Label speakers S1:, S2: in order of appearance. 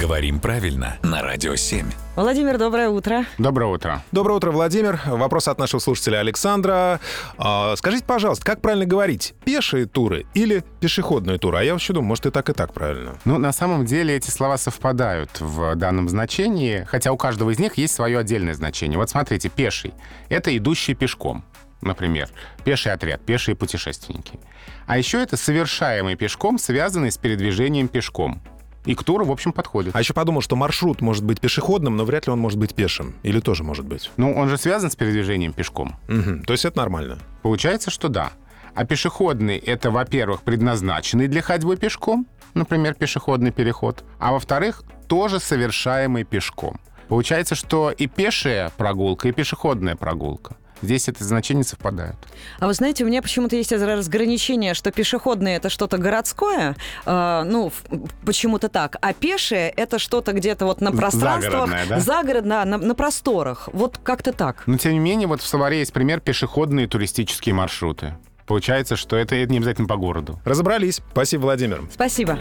S1: Говорим правильно на Радио 7.
S2: Владимир, доброе утро.
S3: Доброе утро.
S4: Доброе утро, Владимир. Вопрос от нашего слушателя Александра. А, скажите, пожалуйста, как правильно говорить? Пешие туры или пешеходные туры? А я вообще думаю, может, и так, и так правильно.
S3: Ну, на самом деле эти слова совпадают в данном значении, хотя у каждого из них есть свое отдельное значение. Вот смотрите, пеший — это идущий пешком, например, пеший отряд, пешие путешественники. А еще это совершаемый пешком, связанный с передвижением пешком. И к туру, в общем, подходит.
S4: А еще подумал, что маршрут может быть пешеходным, но вряд ли он может быть пешим. Или тоже может быть.
S3: Ну, он же связан с передвижением пешком.
S4: Мгм. То есть это нормально.
S3: Получается, что да. А пешеходный — это, во-первых, предназначенный для ходьбы пешком, например, пешеходный переход, а во-вторых, тоже совершаемый пешком. Получается, что и пешая прогулка, и пешеходная прогулка. Здесь это значения совпадают.
S2: А вы знаете, у меня почему-то есть разграничение, что пешеходные это что-то городское, э, ну, в- почему-то так, а пешие это что-то где-то вот на
S3: З-
S2: пространствах,
S3: загородное, да?
S2: загородно, на, на просторах. Вот как-то так.
S3: Но, тем не менее, вот в словаре есть пример пешеходные туристические маршруты. Получается, что это не обязательно по городу.
S4: Разобрались. Спасибо, Владимир.
S2: Спасибо.